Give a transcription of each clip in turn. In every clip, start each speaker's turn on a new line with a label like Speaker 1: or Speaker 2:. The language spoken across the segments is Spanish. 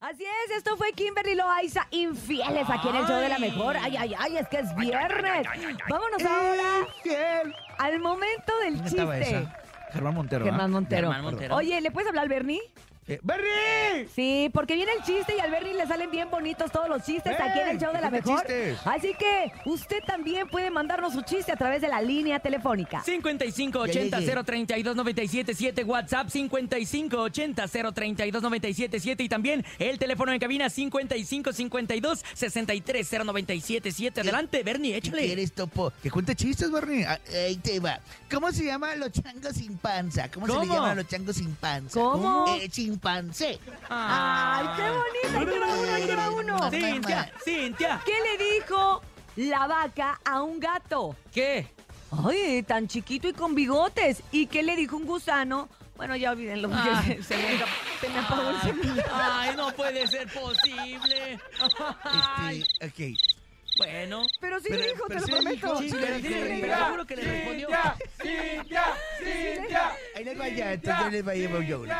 Speaker 1: Así es, esto fue Kimberly Loaiza, infieles aquí en el show de la mejor. Ay, ay, ay, es que es viernes. Vámonos ahora
Speaker 2: Fiel.
Speaker 1: al momento del
Speaker 3: Eh. ¿Dónde estaba
Speaker 1: chiste.
Speaker 3: esa? Germán Montero. ¿ah?
Speaker 1: Germán Montero.
Speaker 3: Germán Montero.
Speaker 1: Oye, ¿le puedes hablar al Bernie?
Speaker 3: Eh, ¡Berry!
Speaker 1: Sí, porque viene el chiste y al Bernie le salen bien bonitos todos los chistes aquí en el
Speaker 3: ¡Ey!
Speaker 1: show de la
Speaker 3: ¿Qué
Speaker 1: mejor.
Speaker 3: chistes?
Speaker 1: Así que usted también puede mandarnos su chiste a través de la línea telefónica.
Speaker 4: 5580-032-977 WhatsApp 5580-032-977 y también el teléfono en cabina 5552-630977. Adelante, Bernie,
Speaker 2: ¿Qué
Speaker 4: échale.
Speaker 2: quieres, Topo? Que cuente chistes, Bernie. Ah, Ahí te va. ¿Cómo se llaman los changos sin panza? ¿Cómo, se
Speaker 4: ¿Cómo?
Speaker 2: le llaman a los changos sin panza?
Speaker 1: ¿Cómo?
Speaker 2: Eh, chimpancé.
Speaker 1: ¡Ay, qué bonito! Ahí te va uno, ahí te va uno.
Speaker 2: Sí.
Speaker 4: Cintia, Cintia.
Speaker 1: ¿Qué le dijo la vaca a un gato?
Speaker 4: ¿Qué?
Speaker 1: Ay, tan chiquito y con bigotes. ¿Y qué le dijo un gusano? Bueno, ya olvídenlo porque
Speaker 4: Ah.
Speaker 1: se, se me, se me apagó el celular.
Speaker 4: Ay, no puede ser posible. Ay,
Speaker 2: Este, ok.
Speaker 4: bueno.
Speaker 1: Pero sí
Speaker 2: Pero-
Speaker 1: le dijo,
Speaker 2: pero
Speaker 1: te
Speaker 2: sí
Speaker 1: lo
Speaker 2: le
Speaker 1: prometo.
Speaker 2: dijo,
Speaker 4: Sí,
Speaker 2: sí
Speaker 4: pero sí, pero seguro que le respondió.
Speaker 2: Ahí les vaya, entonces ahí les va, llevo yo uno.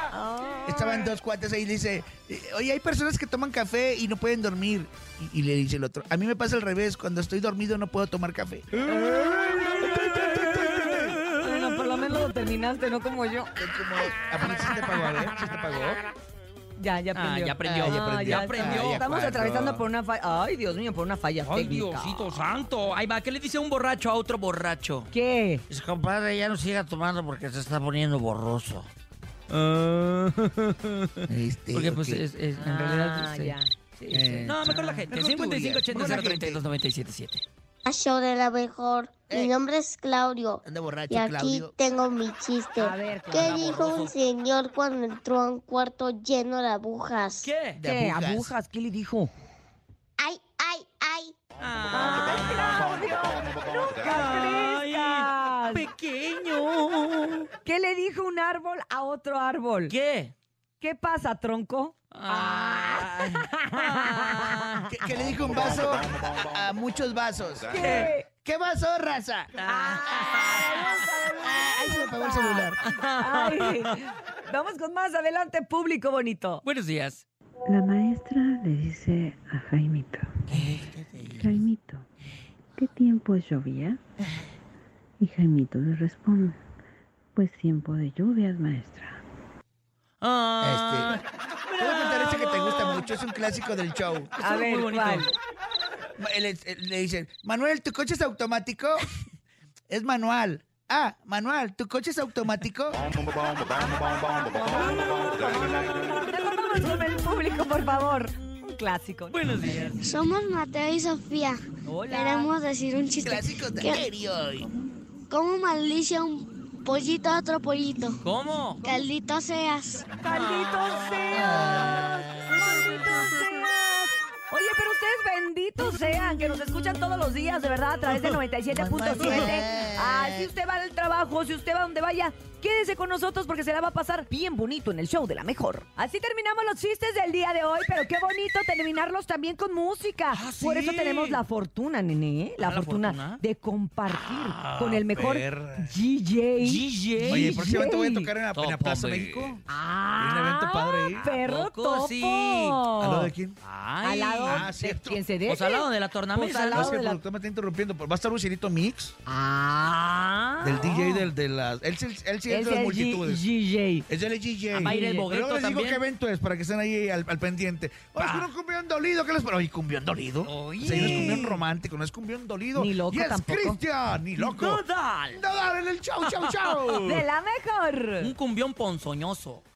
Speaker 2: Estaban dos cuates ahí y le dice, eh, oye, hay personas que toman café y no pueden dormir. Y, y le dice el otro, a mí me pasa al revés, cuando estoy dormido no puedo tomar café.
Speaker 1: Bueno, por lo menos lo terminaste, no como yo.
Speaker 2: Es como, ¿a poco Ah, sí te pagó, eh? ¿Sí te pagó?
Speaker 1: Ya, ya
Speaker 4: Ah,
Speaker 1: aprendió.
Speaker 4: ya aprendió.
Speaker 2: Ah, ya
Speaker 1: Ah,
Speaker 2: aprendió.
Speaker 1: ya
Speaker 4: Ya aprendió.
Speaker 1: está. Estamos
Speaker 2: Ay,
Speaker 1: atravesando
Speaker 2: cuatro.
Speaker 1: por una falla. Ay, Dios mío, por una falla
Speaker 4: Ay,
Speaker 1: técnica.
Speaker 4: Diosito santo. Ahí va, ¿qué le dice un borracho a otro borracho?
Speaker 1: ¿Qué?
Speaker 5: Dice, compadre, ya no siga tomando porque se está poniendo borroso.
Speaker 2: Este,
Speaker 4: Porque pues
Speaker 2: ok.
Speaker 4: es, es- en
Speaker 1: Ah,
Speaker 4: realidad... sí.
Speaker 1: ya.
Speaker 4: Sí,
Speaker 2: Eh,
Speaker 4: sí. No, mejor la gente.
Speaker 2: mejor tú,
Speaker 4: 5580
Speaker 2: mejor la
Speaker 4: 032 977.
Speaker 6: A show Ah, de la mejor.
Speaker 2: Ey.
Speaker 6: Mi nombre es Claudio.
Speaker 2: Anda borracho,
Speaker 6: Y aquí
Speaker 2: Eh, Claudio.
Speaker 6: tengo mi chiste.
Speaker 1: A ver,
Speaker 6: ¿Qué
Speaker 1: Claudio,
Speaker 6: dijo
Speaker 4: borroso.
Speaker 6: un señor cuando entró a un cuarto lleno de agujas?
Speaker 4: ¿Qué?
Speaker 2: De
Speaker 1: ¿Qué?
Speaker 2: agujas.
Speaker 1: ¿Agujas? ¿Qué le dijo?
Speaker 6: ¡Ay, ay, ay!
Speaker 4: Ah, ¡Ay, Ah.
Speaker 1: crezcas.
Speaker 4: pequeño!
Speaker 1: ¿Qué le dijo un árbol a otro árbol? ¿Qué,
Speaker 4: ¿Qué?
Speaker 1: pasa, tronco?
Speaker 4: Ay. Ah.
Speaker 2: ¿Qué, qué le dijo un vaso a, a muchos vasos?
Speaker 1: ¿Qué?
Speaker 2: ¿Qué vaso, raza? Ah, ahí se me apagó el celular.
Speaker 1: Ay, vamos con más adelante, público bonito.
Speaker 4: Buenos días.
Speaker 7: La maestra le dice a Jaimito, Jaimito, ¿qué tiempo es llovía? Y Jaimito le responde, pues tiempo de lluvias, maestra.
Speaker 3: Este.
Speaker 4: Ah.
Speaker 2: Este, te voy a contar este que te gusta mucho, es un clásico del show.
Speaker 1: A
Speaker 4: Estuvo
Speaker 1: ver,
Speaker 4: muy bonito.
Speaker 1: ¿cuál?
Speaker 2: Ma- Le, le dicen, Manuel, ¿tu coche es automático? es manual. Ah, Manuel, ¿tu coche es automático?
Speaker 1: Mejor vamos con el público, por favor. Un clásico. ¿no?
Speaker 4: Buenos días.
Speaker 6: Somos Mateo y Sofía.
Speaker 1: Hola.
Speaker 6: Queremos decir un chiste.
Speaker 2: Clásico de
Speaker 6: ¿Qué?
Speaker 2: serio.
Speaker 6: ¿Cómo maldice un pollito a otro pollito?
Speaker 4: ¿Cómo?
Speaker 6: Caldito seas.
Speaker 1: ¡Maldito seas! ¡Maldito seas! Oye, pero ustedes benditos sean, que nos escuchan todos los días, de verdad, a través de 97.7. Ah, si usted va al trabajo, si usted va donde vaya, quédese con nosotros porque se la va a pasar bien bonito en el show de la mejor. Así terminamos los chistes del día de hoy, pero qué bonito terminarlos también con música.
Speaker 4: Ah,
Speaker 1: Por
Speaker 4: sí.
Speaker 1: eso tenemos la fortuna, nene, ¿eh? la,
Speaker 4: Ah, ¿la
Speaker 1: fortuna,
Speaker 4: fortuna?
Speaker 1: de compartir
Speaker 3: Ah,
Speaker 1: con el mejor
Speaker 3: perra.
Speaker 1: DJ.
Speaker 4: GJ.
Speaker 3: Oye, por cierto, voy a
Speaker 1: Yay.
Speaker 3: tocar en la, en la
Speaker 4: Topo,
Speaker 3: Plaza
Speaker 4: hombre.
Speaker 3: México.
Speaker 1: Ah,
Speaker 3: Es un evento padre ahí.
Speaker 1: Perro
Speaker 4: ¿A poco
Speaker 1: topo.
Speaker 4: sí?
Speaker 3: ¿Al lado de quién?
Speaker 4: Ay.
Speaker 1: Al lado
Speaker 3: ah,
Speaker 1: de
Speaker 3: cierto.
Speaker 1: quien se deje.
Speaker 4: Pues al lado de la
Speaker 1: Pues al
Speaker 4: tornamesa.
Speaker 1: lado
Speaker 3: Es que
Speaker 1: de
Speaker 3: el
Speaker 1: la-
Speaker 3: productor me está interrumpiendo. ¿Va a estar Lucerito Mix?
Speaker 1: Ah.
Speaker 3: Del DJ del, de las... Él, sí- él sí es
Speaker 1: Es
Speaker 3: de las
Speaker 1: el
Speaker 3: multitudes.
Speaker 1: G- DJ.
Speaker 3: Es del DJ.
Speaker 4: Ah, va a ir el
Speaker 3: Pero
Speaker 4: Bogueto
Speaker 3: luego les digo
Speaker 4: también.
Speaker 3: qué evento es para que estén ahí al, al pendiente. Ahora es
Speaker 4: Va.
Speaker 3: con un cumbión dolido. ¿Qué les parece? Oye, cumbión dolido.
Speaker 4: Oye.
Speaker 3: O sea, no es cumbión romántico, no es cumbión dolido.
Speaker 1: Ni loco
Speaker 3: y es
Speaker 1: tampoco.
Speaker 3: Cristian, ni loco.
Speaker 4: Nodal.
Speaker 3: Nadar en el chau, chau, chau.
Speaker 1: De la mejor.
Speaker 4: Un cumbión ponzoñoso.